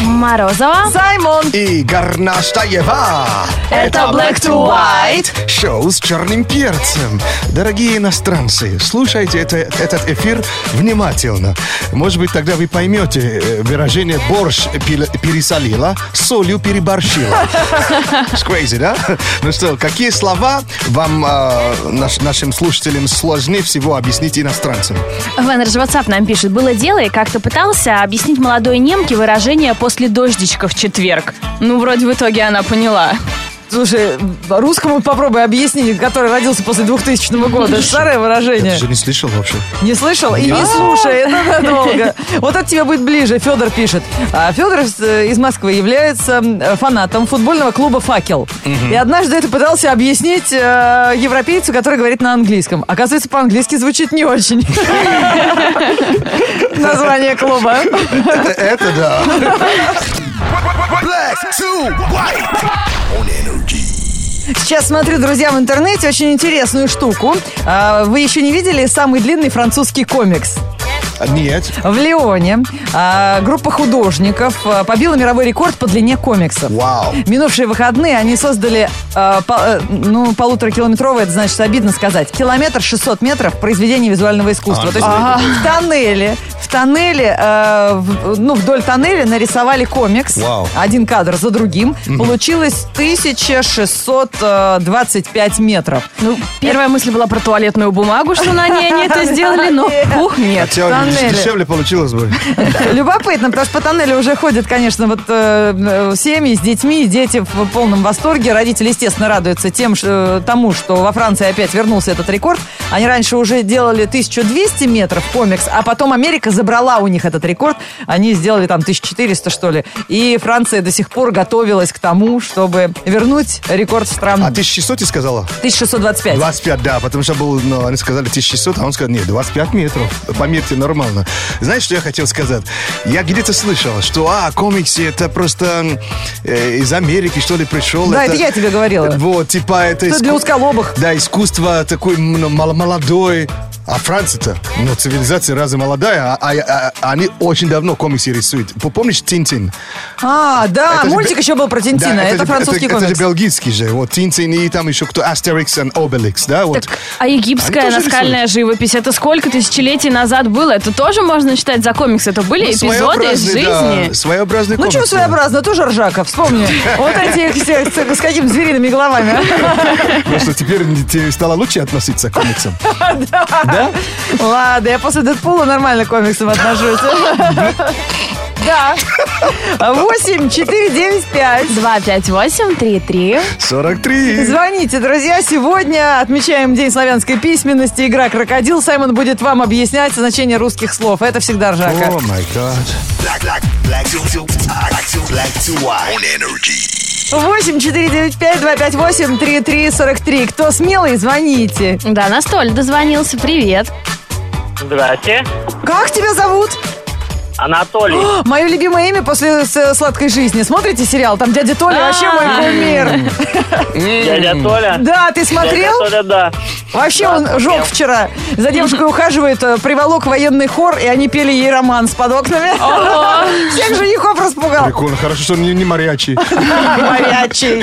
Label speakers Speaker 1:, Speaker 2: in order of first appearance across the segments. Speaker 1: Морозова.
Speaker 2: Саймон!
Speaker 3: И Гарнаштаева.
Speaker 1: Это Black to White.
Speaker 3: Шоу с черным перцем. Дорогие иностранцы, слушайте это- этот эфир внимательно. Может быть, тогда вы поймете э, выражение «борщ пил- пересолила, солью переборщила». It's crazy, да? Ну что, какие слова вам, э, наш- нашим слушателям, сложнее всего объяснить иностранцам?
Speaker 1: В наш WhatsApp нам пишет, было дело, и как-то пытался объяснить молодой немке выражение «после дождичка в четверг». Ну, вроде в итоге она поняла.
Speaker 2: Слушай, русскому попробуй объясни, который родился после 2000 года. Это Старое
Speaker 3: Я
Speaker 2: выражение.
Speaker 3: даже не слышал вообще.
Speaker 2: Не слышал и не слушай, это надолго. Вот это тебе будет ближе, Федор пишет. А, Федор из Москвы является э, фанатом футбольного клуба «Факел». И однажды это пытался объяснить э, европейцу, который говорит на английском. Оказывается, по-английски звучит не очень. Название клуба.
Speaker 3: Это, это да.
Speaker 2: Сейчас смотрю, друзья, в интернете очень интересную штуку. А, Вы еще не видели самый длинный французский комикс?
Speaker 3: Нет.
Speaker 2: В Лионе а, группа художников а, побила мировой рекорд по длине комиксов.
Speaker 3: Вау.
Speaker 2: Минувшие выходные они создали э, по- э, ну, полуторакилометровое, это значит обидно сказать, километр 600 метров произведения визуального искусства.
Speaker 3: А,
Speaker 2: То есть
Speaker 3: ага.
Speaker 2: в тоннеле, в тоннеле, э, в- ну, вдоль тоннеля нарисовали комикс.
Speaker 3: Вау.
Speaker 2: Один кадр за другим. Получилось 1625 метров.
Speaker 1: Ну, первая мысль была про туалетную бумагу, что на ней они это сделали, но ух, нет.
Speaker 3: Хотя
Speaker 2: тоннели.
Speaker 3: А дешевле получилось бы.
Speaker 2: Любопытно, потому что по тоннелю уже ходят, конечно, вот э, э, семьи с детьми, дети в полном восторге. Родители, естественно, радуются тем, что, тому, что во Франции опять вернулся этот рекорд. Они раньше уже делали 1200 метров комикс, а потом Америка забрала у них этот рекорд. Они сделали там 1400, что ли. И Франция до сих пор готовилась к тому, чтобы вернуть рекорд страны.
Speaker 3: А 1600 ты сказала?
Speaker 2: 1625.
Speaker 3: 25, да, потому что был, ну, они сказали 1600, а он сказал, нет, 25 метров, померьте нормально. Знаешь, что я хотел сказать? Я где-то слышал, что, а, комиксы, это просто э, из Америки, что ли, пришел.
Speaker 2: Да, это я тебе говорила.
Speaker 3: Вот, типа, это...
Speaker 2: Это для
Speaker 3: иску-
Speaker 2: узколобых.
Speaker 3: Да, искусство такой м- мал- молодой. А Франция-то, ну, цивилизация разве молодая? А, а- а- они очень давно комиксы рисуют. П- Помнишь Тинтин?
Speaker 2: А, да,
Speaker 3: Это же
Speaker 2: мультик
Speaker 3: бе-
Speaker 2: еще был про Тинтина.
Speaker 3: Да,
Speaker 2: это,
Speaker 3: же-
Speaker 2: французский
Speaker 3: это,
Speaker 2: комикс.
Speaker 3: Это же бельгийский же. Вот Тинтин и там еще кто, Астерикс и Обеликс, да? Вот.
Speaker 1: Так, а египетская
Speaker 3: Они тоже
Speaker 1: наскальная живопись, это сколько тысячелетий назад было? Это тоже можно считать за комикс? Это были эпизоды из
Speaker 3: Ну, Своеобразный, да,
Speaker 1: жизни?
Speaker 3: своеобразный
Speaker 2: Ну,
Speaker 3: комикс,
Speaker 2: чего
Speaker 3: да.
Speaker 2: своеобразно? Тоже ржака, вспомни. Вот эти их все с, с какими звериными головами. а?
Speaker 3: Просто теперь тебе стало лучше относиться к комиксам.
Speaker 2: Да? Ладно, я после Дэдпула нормально к комиксам отношусь. Да. 8, 4, 9, 5.
Speaker 1: 258 33
Speaker 3: 43.
Speaker 2: Звоните, друзья. Сегодня отмечаем День славянской письменности. Игра «Крокодил». Саймон будет вам объяснять значение русских слов. Это всегда ржака.
Speaker 3: О, май гад.
Speaker 4: Black, black, black to, to, black to, black to white. On energy.
Speaker 2: 8, 4, 9, 5, 2, 5, 8, 3, 3, 43. Кто смелый, звоните.
Speaker 1: Да, Настоль дозвонился, привет.
Speaker 5: Здрасте.
Speaker 2: Как тебя зовут?
Speaker 5: Анатолий.
Speaker 2: Мое любимое имя после с- сладкой жизни. Смотрите сериал? Там дядя Толя вообще мой кумир.
Speaker 5: Дядя Толя.
Speaker 2: Да, ты
Speaker 5: Дядя
Speaker 2: смотрел?
Speaker 5: Толя, да.
Speaker 2: Вообще он жег вчера. За девушкой ухаживает, э, приволок военный хор, и они пели ей романс под окнами. Всех женихов распугал.
Speaker 3: Прикольно, хорошо, что не, не мариачи.
Speaker 2: Горячий.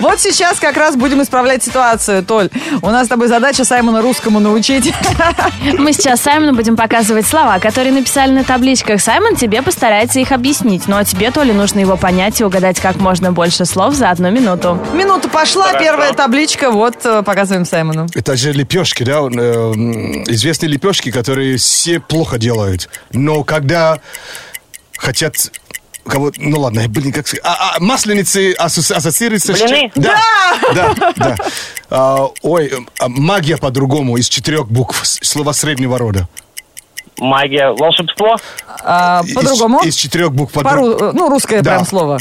Speaker 2: Вот сейчас как раз будем исправлять ситуацию, Толь. У нас с тобой задача Саймона русскому научить.
Speaker 1: Мы сейчас Саймону будем показывать слова, которые написали на табличках. Саймон тебе постарается их объяснить. Ну а тебе, Толя, нужно его понять и угадать как можно больше слов за одну минуту.
Speaker 2: Минута пошла,
Speaker 5: Хорошо.
Speaker 2: первая табличка. Вот э, показываем Саймону.
Speaker 3: Это же лепешки, да? он, э, м, известные лепешки, которые все плохо делают. Но когда хотят кого ну ладно, блин, как сказать, а, а, масленицы ассо- ассоциируются с чем?
Speaker 5: Блины?
Speaker 3: Да, да, да. А, ой, э, а, магия по-другому из четырех букв, с- слова среднего рода.
Speaker 5: Магия. Волшебство.
Speaker 2: А,
Speaker 3: Из-
Speaker 2: По-другому?
Speaker 3: Из четырех букв
Speaker 2: По-ру-
Speaker 3: по-другому.
Speaker 2: э, Ну, русское
Speaker 3: Да.
Speaker 2: прям слово.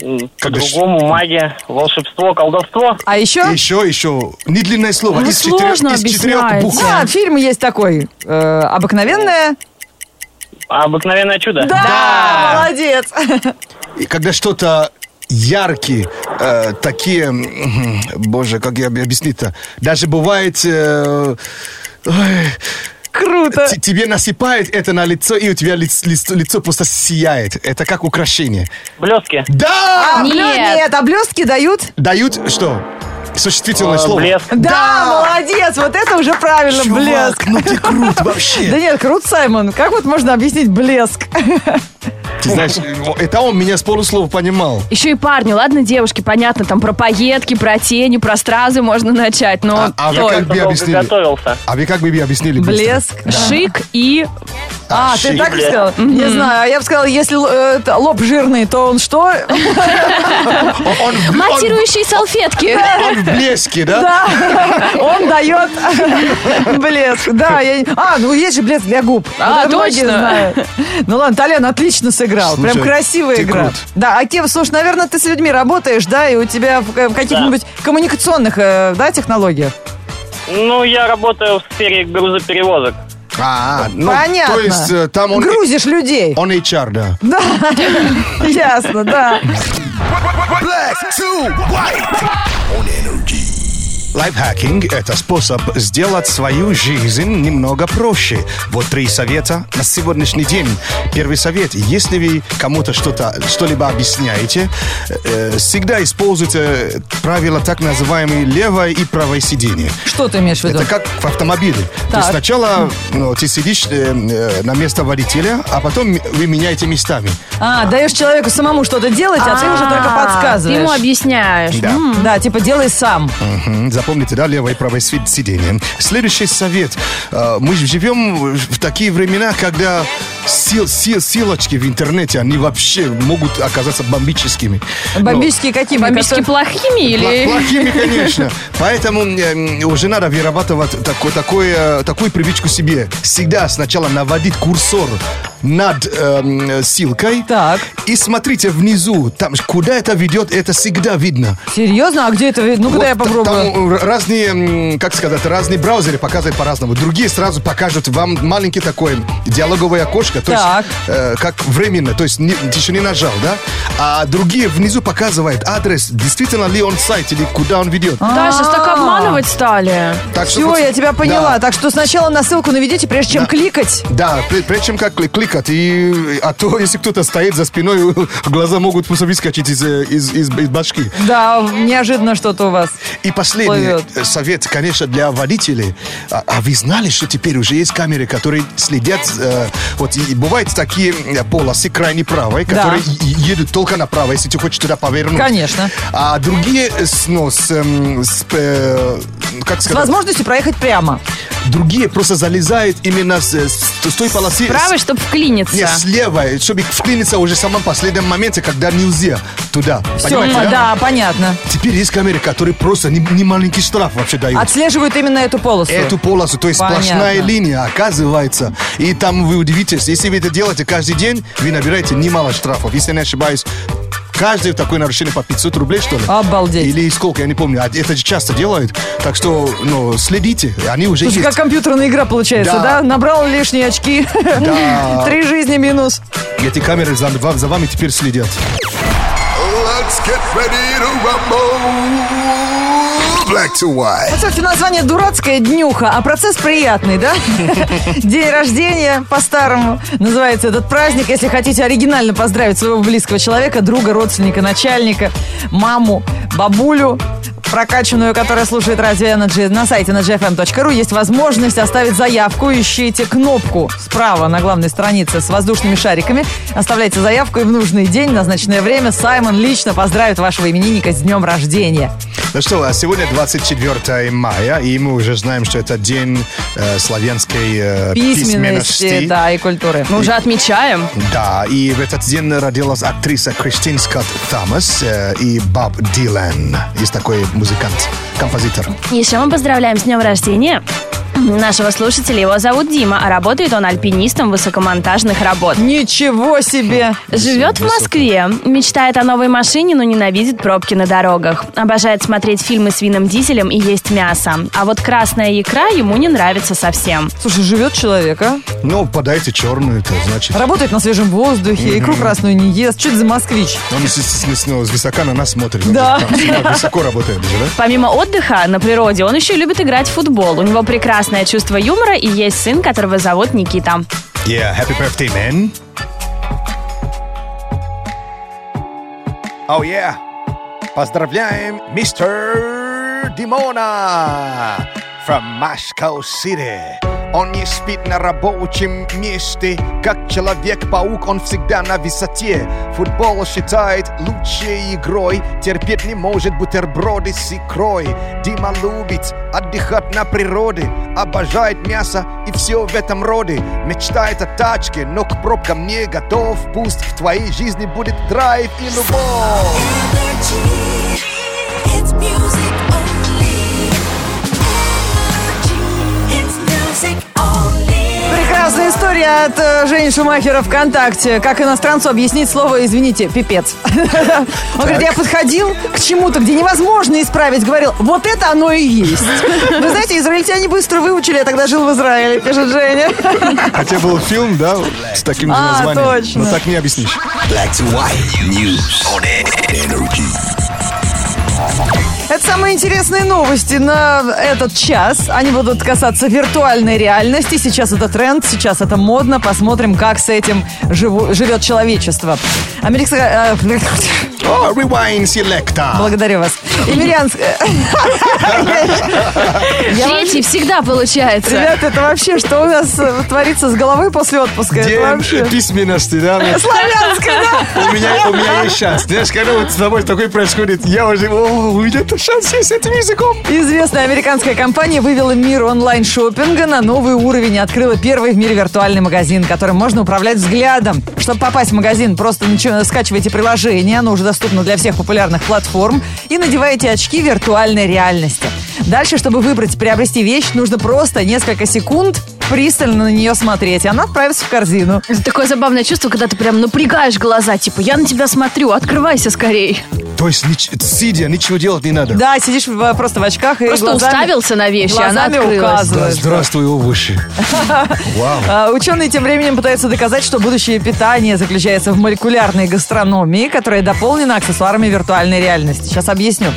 Speaker 5: М,
Speaker 3: Как
Speaker 5: По-другому магия. Волшебство. Колдовство.
Speaker 2: А еще?
Speaker 3: Еще, еще. Не длинное слово.
Speaker 1: Ну,
Speaker 3: из четырех,
Speaker 1: сложно
Speaker 3: из четырех
Speaker 1: объясняется.
Speaker 3: букв.
Speaker 2: Да, А, фильм есть такой. э, обыкновенное.
Speaker 5: Обыкновенное чудо.
Speaker 2: молодец.
Speaker 3: И когда что-то яркие, э, такие, м, боже, как я объяснить-то, даже бывает, э, ой,
Speaker 2: круто.
Speaker 3: Т- Тебе насыпает это на лицо, и у тебя лиц- лиц- лицо просто сияет. Это как украшение.
Speaker 5: Блестки.
Speaker 3: Да!
Speaker 2: А, блё-
Speaker 1: Нет.
Speaker 2: Нет, а блестки дают?
Speaker 3: Дают что? Существительное
Speaker 5: э,
Speaker 3: слово.
Speaker 5: Блеск.
Speaker 2: Да, молодец, вот это уже правильно,
Speaker 3: Чувак,
Speaker 2: блеск.
Speaker 3: ну ты крут вообще.
Speaker 2: Да нет, крут, Саймон, как вот можно объяснить блеск?
Speaker 3: Ты знаешь, это он меня с полуслова понимал.
Speaker 1: Еще и парни, ладно, девушки, понятно, там про поетки, про тени, про стразы можно начать, но
Speaker 3: А- а вы
Speaker 1: то-
Speaker 3: как
Speaker 5: Кто
Speaker 3: бы
Speaker 5: долго
Speaker 3: объяснили?
Speaker 5: готовился.
Speaker 3: А вы как бы мне объяснили? быстро?
Speaker 2: Блеск.
Speaker 1: шик и...
Speaker 2: А, ты
Speaker 3: Шик.
Speaker 2: так
Speaker 5: блеск.
Speaker 2: сказал? Не знаю, а я бы сказала, если э, это лоб жирный, то он что?
Speaker 3: Он- он- он-
Speaker 1: Матирующие салфетки.
Speaker 3: Он в блеске, да?
Speaker 2: Да, он дает блеск. Да, я... А, ну есть же блеск для губ.
Speaker 1: А,
Speaker 2: Это многие
Speaker 1: точно.
Speaker 2: знают. Ну ладно, Толян отлично сыграл.
Speaker 3: Слушай,
Speaker 2: Прям красивая
Speaker 3: ты
Speaker 2: игра.
Speaker 3: крут.
Speaker 2: Да, а Кев, слушай, наверное, ты с людьми работаешь, да, и у тебя в э, в каких-нибудь коммуникационных, э, да, технологиях?
Speaker 5: Ну, я работаю в сфере грузоперевозок.
Speaker 3: А, ну,
Speaker 2: Понятно.
Speaker 3: То есть э, там он,
Speaker 2: Грузишь людей.
Speaker 3: он HR, да.
Speaker 2: Да, ясно, да.
Speaker 4: Black to white on energy.
Speaker 3: Лайфхакинг – это способ сделать свою жизнь немного проще. Вот три совета на сегодняшний день. Первый совет – если вы кому-то что-то, что-либо объясняете, э, всегда используйте правила так называемые левое и правое сиденье.
Speaker 2: Что ты имеешь в виду?
Speaker 3: Это как в автомобиле. То
Speaker 2: Так.
Speaker 3: есть сначала ну, ты сидишь э, э, на место водителя, а потом вы меняете местами.
Speaker 2: А, даешь человеку самому что-то делать, а ты уже только
Speaker 1: А,
Speaker 2: подсказываешь.
Speaker 1: Ты ему объясняешь.
Speaker 3: Да.
Speaker 1: М,
Speaker 2: Да, типа делай сам.
Speaker 3: Мгм. Запомните, да, левое и правое сви- сиденье. Следующий совет. Э, Мы ж живем в такие времена, когда сил, сил- силочки в интернете, они вообще могут оказаться бомбическими. Ну,
Speaker 2: Бомбические какие?
Speaker 1: Бомбички плохими
Speaker 3: пла-
Speaker 1: или...
Speaker 3: Плохими, конечно. Поэтому э, м, уже надо вырабатывать тако- такое, э, такую привычку себе. Всегда сначала наводить курсор над э, м, э, силкой.
Speaker 2: Так.
Speaker 3: И смотрите внизу, там ж куда это ведет, это всегда видно.
Speaker 2: Серьезно? А где это? ви- Ну,
Speaker 3: Вот
Speaker 2: куда я
Speaker 3: та-
Speaker 2: попробую?
Speaker 3: Там э, разные, м, как сказать, разные браузеры показывают по-разному. Другие сразу покажут вам маленький такой диалоговое окошко, то
Speaker 2: Так.
Speaker 3: есть э, как временно, то есть не, ты еще не нажал, да? А другие внизу показывают адрес, действительно ли он сайт или куда он ведет.
Speaker 1: Да, сейчас так
Speaker 2: А.
Speaker 1: обманывать стали.
Speaker 3: Так что
Speaker 2: Все,
Speaker 3: вот-
Speaker 2: я тебя поняла.
Speaker 3: Да.
Speaker 2: Так что сначала на ссылку наведите, прежде чем
Speaker 3: Да.
Speaker 2: кликать.
Speaker 3: Да, пре- прежде чем как кли- кликать, и, а то, если кто-то стоит за спиной, глаза могут просто выскочить из, э, из, из- из башки.
Speaker 2: Да, неожиданно что-то у вас.
Speaker 3: И последний
Speaker 2: Плывет.
Speaker 3: э, совет, конечно, для водителей. А, а вы знали, что теперь уже есть камеры, которые следят? э, вот и, и бывают такие э, полосы крайне правой,
Speaker 2: Да.
Speaker 3: которые е- едут только направо, если ты хочешь туда повернуть.
Speaker 2: Конечно.
Speaker 3: А другие э, с, ну, с, эм, с, э, как
Speaker 2: С
Speaker 3: сказать,
Speaker 2: возможностью проехать прямо.
Speaker 3: другие просто залезают именно с, э, с- с той полосы.
Speaker 1: Правый,
Speaker 3: с-
Speaker 1: чтобы вклиниться.
Speaker 3: нет, слева, чтобы вклиниться уже в самом последнем моменте, когда нельзя туда.
Speaker 2: Все,
Speaker 3: Понимаете, да?
Speaker 2: да, понятно.
Speaker 3: Теперь есть камеры, которые просто не, не маленький штраф вообще дают.
Speaker 2: Отслеживают именно эту полосу.
Speaker 3: эту полосу, то есть
Speaker 2: Понятно.
Speaker 3: сплошная линия, оказывается. И там вы удивитесь, если вы это делаете каждый день, вы набираете немало штрафов. Если я не ошибаюсь, каждое такое нарушение по 500 рублей, что ли?
Speaker 2: Обалдеть.
Speaker 3: Или сколько, я не помню. А Это же часто делают. Так что, ну, следите, они уже
Speaker 2: Слушай, как
Speaker 3: есть.
Speaker 2: компьютерная игра получается, да?
Speaker 3: Да.
Speaker 2: Набрал лишние очки.
Speaker 3: Да.
Speaker 2: Три жизни минус.
Speaker 3: Эти камеры за, ва- за вами теперь следят.
Speaker 4: Let's get ready to rumble. Black to
Speaker 2: Вот,
Speaker 4: white.
Speaker 2: Ну, кстати, название дурацкое днюха, а процесс приятный, да? День рождения по-старому называется этот праздник. Если хотите оригинально поздравить своего близкого человека, друга, родственника, начальника, маму, бабулю, прокачанную, которая слушает радио Energy, на сайте energyfm.ru есть возможность оставить заявку. Ищите кнопку справа на главной странице с воздушными шариками. Оставляйте заявку, и в нужный день, назначенное время, Саймон лично поздравит вашего именинника с днем рождения.
Speaker 3: Ну что, а сегодня 24 мая, и мы уже знаем, что это день э, славянской э,
Speaker 2: Письменности, Ну,
Speaker 3: письменности.
Speaker 2: да, и культуры.
Speaker 1: Мы уже отмечаем.
Speaker 3: Да, и в этот день родилась актриса Кристин Скотт Томас э, и Боб Дилан. Есть такой музыкант, композитор.
Speaker 1: Еще мы поздравляем с днем рождения нашего слушателя. Его зовут Дима, а работает он альпинистом высокомонтажных работ.
Speaker 2: Ничего себе!
Speaker 1: Живет в Москве, мечтает о новой машине, но ненавидит пробки на дорогах. Обожает смотреть фильмы с вином дизелем и есть мясо. А вот красная икра ему не нравится совсем.
Speaker 2: Слушай, живет человек, а?
Speaker 3: Ну, подайте черную, это значит...
Speaker 2: Работает на свежем воздухе, икру красную не ест. Что это за москвич?
Speaker 3: Он с, с- с- ну, с высока на нас смотрит. Он
Speaker 2: Да.
Speaker 3: же там всегда высоко работает же, да?
Speaker 1: Помимо отдыха на природе, он еще любит играть в футбол. У него прекрасный прекрасное чувство юмора и есть сын, которого зовут Никита.
Speaker 3: Yeah, happy birthday, man. Oh, yeah. Поздравляем мистер Димона from Moscow City. Он не спит на рабочем месте, как Человек-паук, он всегда на высоте. Футбол считает лучшей игрой, терпеть не может бутерброды с икрой. Дима любит отдыхать на природе, обожает мясо и все в этом роде. Мечтает о тачке, но к пробкам не готов. Пусть в твоей жизни будет драйв и любовь.
Speaker 6: It's music only. Energy. It's music only.
Speaker 2: Прекрасная история от э, Жени Шумахера ВКонтакте. Как иностранцу объяснить слово, извините, пипец. Он говорит, я подходил к чему-то, где невозможно исправить. Говорил, вот это оно и есть. Вы знаете, израильтяне быстро выучили, я тогда жил в Израиле, пишет Женя.
Speaker 3: Хотя был фильм, да, с таким же
Speaker 2: А,
Speaker 3: названием.
Speaker 2: точно.
Speaker 3: Но так не объяснишь.
Speaker 4: Black to white news on energy.
Speaker 2: Это самые интересные новости на этот час. Они будут касаться виртуальной реальности. Сейчас это тренд, сейчас это модно. Посмотрим, как с этим живу- живет человечество. Американская... э,
Speaker 3: О, Rewind Selector.
Speaker 2: Благодарю вас. э, Эмирианск...
Speaker 1: Третий всегда получается.
Speaker 2: Ребята, это вообще, что у нас э, творится с головой после отпуска? Это
Speaker 3: День
Speaker 2: вообще...
Speaker 3: письменности, да?
Speaker 2: Славянская, да?
Speaker 3: У меня, у меня есть шанс. Знаешь, когда вот с тобой такое происходит, я уже, о, у меня то шанс есть с этим языком.
Speaker 2: Известная американская компания вывела мир онлайн шопинга на новый уровень и открыла первый в мире виртуальный магазин, которым можно управлять взглядом. Чтобы попасть в магазин, просто начи- скачивайте приложение, оно уже доступно для всех популярных платформ, и надеваете очки виртуальной реальности. Дальше, чтобы выбрать и приобрести вещь, нужно просто несколько секунд пристально на нее смотреть, и она отправится в корзину.
Speaker 1: Это такое забавное чувство, когда ты прям напрягаешь глаза, типа, я на тебя смотрю, открывайся скорей.
Speaker 3: То есть, нич- сидя, ничего делать не надо.
Speaker 2: Да, сидишь в- просто в очках и
Speaker 1: Просто
Speaker 2: глазами-
Speaker 1: уставился на вещи, а она
Speaker 2: глазами
Speaker 1: открылась.
Speaker 2: указываешь.
Speaker 3: Да, здравствуй, овощи. Вау.
Speaker 2: А, Ученые тем временем пытаются доказать, что будущее питание заключается в молекулярной гастрономии, которая дополнена аксессуарами виртуальной реальности. Сейчас объясню.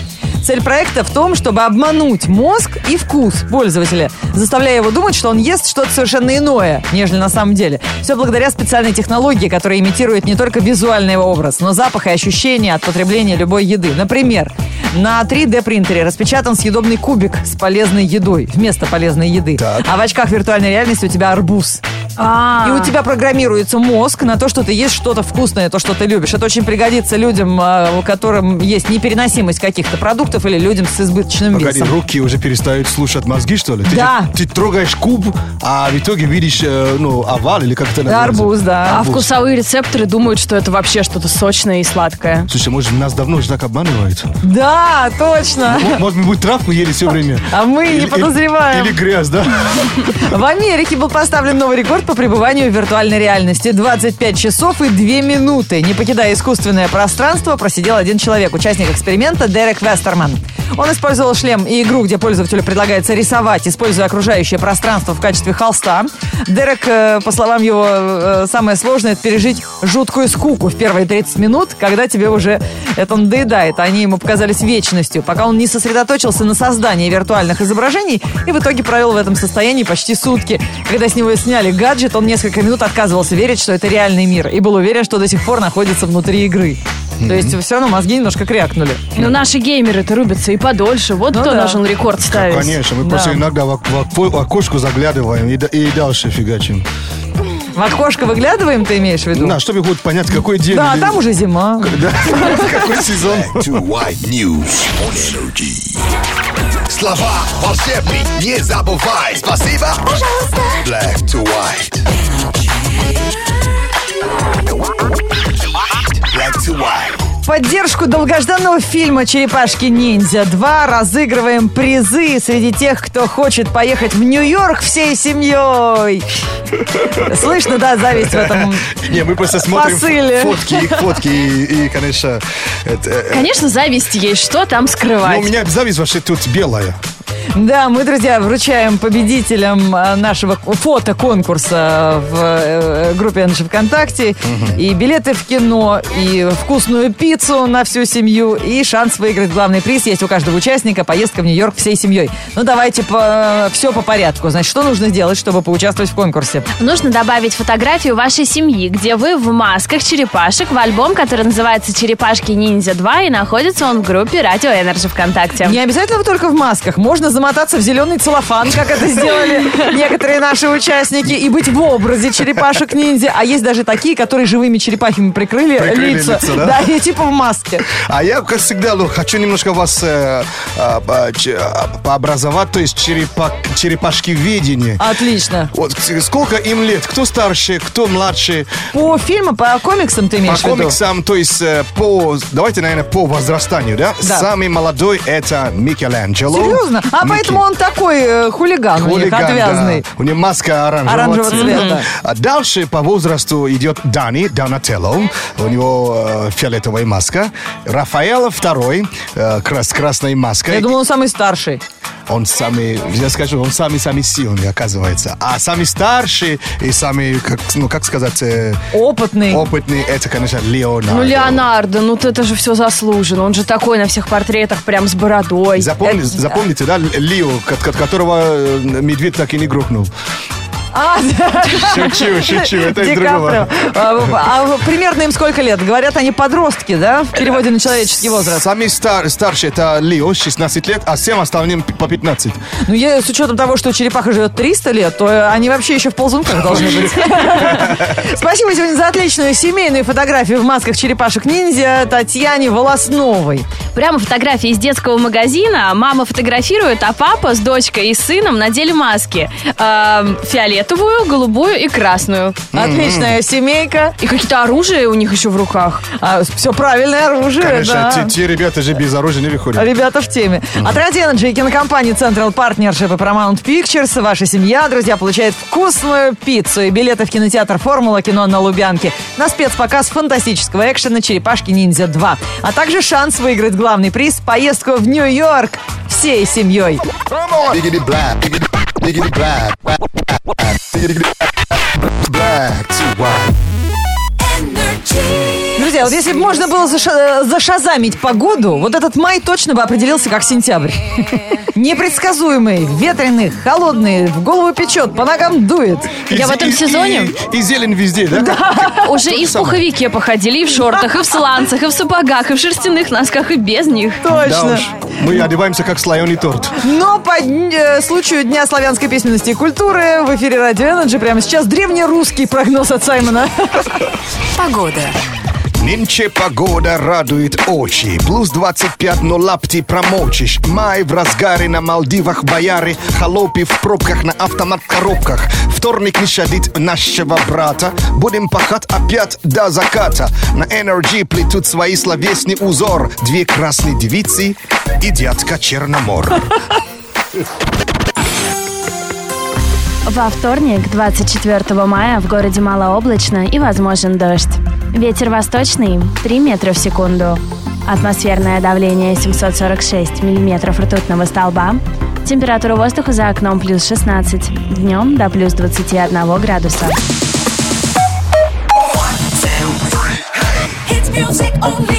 Speaker 2: Цель проекта в том, чтобы обмануть мозг и вкус пользователя, заставляя его думать, что он ест что-то совершенно иное, нежели на самом деле. Все благодаря специальной технологии, которая имитирует не только визуальный его образ, но запах и ощущения от потребления любой еды. Например, на 3D-принтере распечатан съедобный кубик с полезной едой, вместо полезной еды. А в очках виртуальной реальности у тебя арбуз.
Speaker 1: А.
Speaker 2: И у тебя программируется мозг на то, что ты ешь что-то вкусное, то, что ты любишь. Это очень пригодится людям, э, у которым есть непереносимость каких-то продуктов или людям с избыточным
Speaker 3: Погоди,
Speaker 2: весом.
Speaker 3: руки уже перестают слушать мозги, что ли? Ты,
Speaker 2: Да.
Speaker 3: Ты трогаешь куб, а в итоге видишь, э, ну, овал или как это
Speaker 2: Да,
Speaker 3: называется?
Speaker 2: арбуз, да.
Speaker 1: А вкусовые рецепторы думают, что это вообще что-то сочное и сладкое.
Speaker 3: Слушай, может, нас давно уже так обманывают?
Speaker 2: Да, точно.
Speaker 3: М- Может, мы травку ели все время?
Speaker 2: А мы
Speaker 3: Или-
Speaker 2: не
Speaker 3: или-
Speaker 2: подозреваем.
Speaker 3: Или грязь, да?
Speaker 2: В Америке был поставлен новый рекорд по пребыванию в виртуальной реальности. 25 часов и 2 минуты. Не покидая искусственное пространство, просидел один человек, участник эксперимента Дерек Вестерман. Он использовал шлем и игру, где пользователю предлагается рисовать, используя окружающее пространство в качестве холста. Дерек, э, по словам его, э, самое сложное – это пережить жуткую скуку в первые 30 минут, когда тебе уже это надоедает. Они ему показались вечностью, пока он не сосредоточился на создании виртуальных изображений и в итоге провел в этом состоянии почти сутки. Когда с него сняли гаджет, он несколько минут отказывался верить, что это реальный мир, и был уверен, что до сих пор находится внутри игры. То есть все равно мозги немножко крякнули.
Speaker 1: Но наши геймеры-то рубятся и подольше. Вот
Speaker 2: Ну
Speaker 1: кто
Speaker 2: да.
Speaker 1: должен рекорд ставить.
Speaker 3: Конечно, мы
Speaker 2: Да.
Speaker 3: просто иногда в, ок- в ок- в окошко заглядываем и, да- и дальше фигачим.
Speaker 2: В окошко выглядываем, ты имеешь в виду?
Speaker 3: Да, чтобы хоть понять, какой день.
Speaker 2: Ну. Да, а
Speaker 3: или-
Speaker 2: там уже зима.
Speaker 3: Да, какой сезон.
Speaker 4: Black to white news on energy. Слова волшебный, не забывай. Спасибо.
Speaker 6: Пожалуйста.
Speaker 4: Black to white. Black to white.
Speaker 2: В поддержку долгожданного фильма «Черепашки-ниндзя 2» разыгрываем призы среди тех, кто хочет поехать в Нью-Йорк всей семьей. Слышно, да, зависть в этом?
Speaker 3: Не, мы просто смотрим
Speaker 2: Посыли.
Speaker 3: фотки, их фотки и, и, конечно, это, э,
Speaker 1: Конечно, зависть есть, что там
Speaker 3: но Ну, у
Speaker 1: скрывать.
Speaker 3: меня зависть вообще тут белая.
Speaker 2: Да, мы, друзья, вручаем победителям э, нашего к- фотоконкурса в э, группе NG ВКонтакте и билеты в кино, и вкусную пиццу на всю семью, и шанс выиграть главный приз есть у каждого участника, поездка в Нью-Йорк всей семьей. Ну, давайте по, все по порядку. Значит, что нужно сделать, чтобы поучаствовать в конкурсе?
Speaker 1: Нужно добавить фотографию вашей семьи, где вы в масках черепашек в альбом, который называется «Черепашки ниндзя 2» и находится он в группе «Радио Энерджи
Speaker 3: Эм.
Speaker 1: ВКонтакте».
Speaker 2: Не обязательно вы только в масках. Можно замотаться в зеленый целлофан, как это сделали некоторые наши участники, и быть в образе черепашек-ниндзя. А есть даже такие, которые живыми черепахами прикрыли,
Speaker 3: Прикрыли
Speaker 2: лица.
Speaker 3: лица, да?
Speaker 2: и типа в маске.
Speaker 3: А я, как всегда, ну, хочу немножко вас э, а, а, че- а, пообразовать, то есть черепак, черепашки видения.
Speaker 2: А Отлично.
Speaker 3: Вот к- сколько им лет? Кто старше, кто младше?
Speaker 2: По фильмам, по комиксам ты
Speaker 3: По
Speaker 2: имеешь в виду?
Speaker 3: комиксам, то есть э, по, давайте, наверное, по возрастанию, да?
Speaker 2: Да.
Speaker 3: Самый молодой это Микеланджело.
Speaker 2: Серьезно? А
Speaker 3: Мики-
Speaker 2: поэтому он такой э, хулиган, у них,
Speaker 3: ну, Хулиган, да.
Speaker 2: отвязный.
Speaker 3: У него маска оранжевого,
Speaker 2: Оранжевого цвета.
Speaker 3: А дальше по возрасту идет Дани, Донателло. У него э, фиолетовая маска. Рафаэль второй э, крас- с красной маской.
Speaker 2: Я думал, он самый старший.
Speaker 3: Он самый, я скажу, он самый-самый сильный, оказывается. А самый старший и самый, как, ну, как сказать, э,
Speaker 2: Опытный.
Speaker 3: опытный, это, конечно, Леонардо.
Speaker 1: Ну, Леонардо, ну ты это же все заслужено. Он же такой на всех портретах, прям с бородой.
Speaker 3: Запомни-
Speaker 2: Э,
Speaker 3: запомните, да, Лио, от, от которого э, медведь так и не грохнул.
Speaker 2: А, да.
Speaker 3: Шучу, шучу, это
Speaker 2: Ди
Speaker 3: из другого.
Speaker 2: Каприо. А, а примерно им сколько лет? Говорят, они подростки, да? В переводе на человеческий возраст.
Speaker 3: Самый стар- старший это Лио, 16 лет, а всем остальным по 15.
Speaker 2: Ну, я, с учетом того, что черепаха живет 300 лет, то э, они вообще еще в ползунках должны быть. Спасибо сегодня за отличную семейную фотографию в масках черепашек-ниндзя Татьяне Волосновой.
Speaker 1: Прямо фотографии из детского магазина. Мама фотографирует, а папа с дочкой и сыном надели маски. Эм, фиолетовую, голубую и красную.
Speaker 2: Отличная семейка.
Speaker 1: И какие-то оружия у них еще в руках.
Speaker 2: все правильное оружие,
Speaker 3: Конечно,
Speaker 2: да.
Speaker 3: те, те ребята же без оружия не выходят.
Speaker 2: Ребята в теме. От Radio Energy и кинокомпании Central Partnership и Paramount Pictures ваша семья, друзья, получает вкусную пиццу и билеты в кинотеатр «Формула» кино на Лубянке на спецпоказ фантастического экшена «Черепашки-ниндзя 2», а также шанс выиграть главный приз – поездку в Нью-Йорк всей семьей.
Speaker 4: Biggity black, biggity biggity black, black, black, biggity black to
Speaker 3: типа.
Speaker 4: white.
Speaker 6: Energy.
Speaker 2: Друзья, вот если бы можно было заша- э, зашазамить погоду, вот этот май точно бы определился как сентябрь. Непредсказуемый, ветреный, холодный, в голову печет, по ногам дует.
Speaker 1: Я в этом
Speaker 3: и-
Speaker 1: сезоне?
Speaker 3: И, и зелень везде, да?
Speaker 1: Уже и в
Speaker 3: самое.
Speaker 1: пуховике походили, и в шортах, и в сланцах, и в сапогах, и в шерстяных носках, и без них.
Speaker 3: Да
Speaker 2: Точно.
Speaker 3: уж, мы одеваемся как слоеный торт.
Speaker 2: Но по дн- э, случаю Дня славянской письменности и культуры в эфире Радио Энерджи прямо сейчас древнерусский прогноз от Саймона.
Speaker 6: Погода.
Speaker 4: Нынче погода радует очи. Плюс 25, но лапти промочишь. Май в разгаре на Малдивах, бояре. Холопи в пробках на автомат-коробках. Вторник не щадит нашего брата. Будем пахать опять до заката. На Energy плетут свои словесный узор. Две красные девицы и дядка Черномор.
Speaker 1: Во вторник, 24 мая, в городе малооблачно и возможен дождь. Ветер восточный 3 метра в секунду. Атмосферное давление 746 миллиметров ртутного столба. Температура воздуха за окном плюс 16. Днем до плюс 21 градуса.
Speaker 6: Hits music only.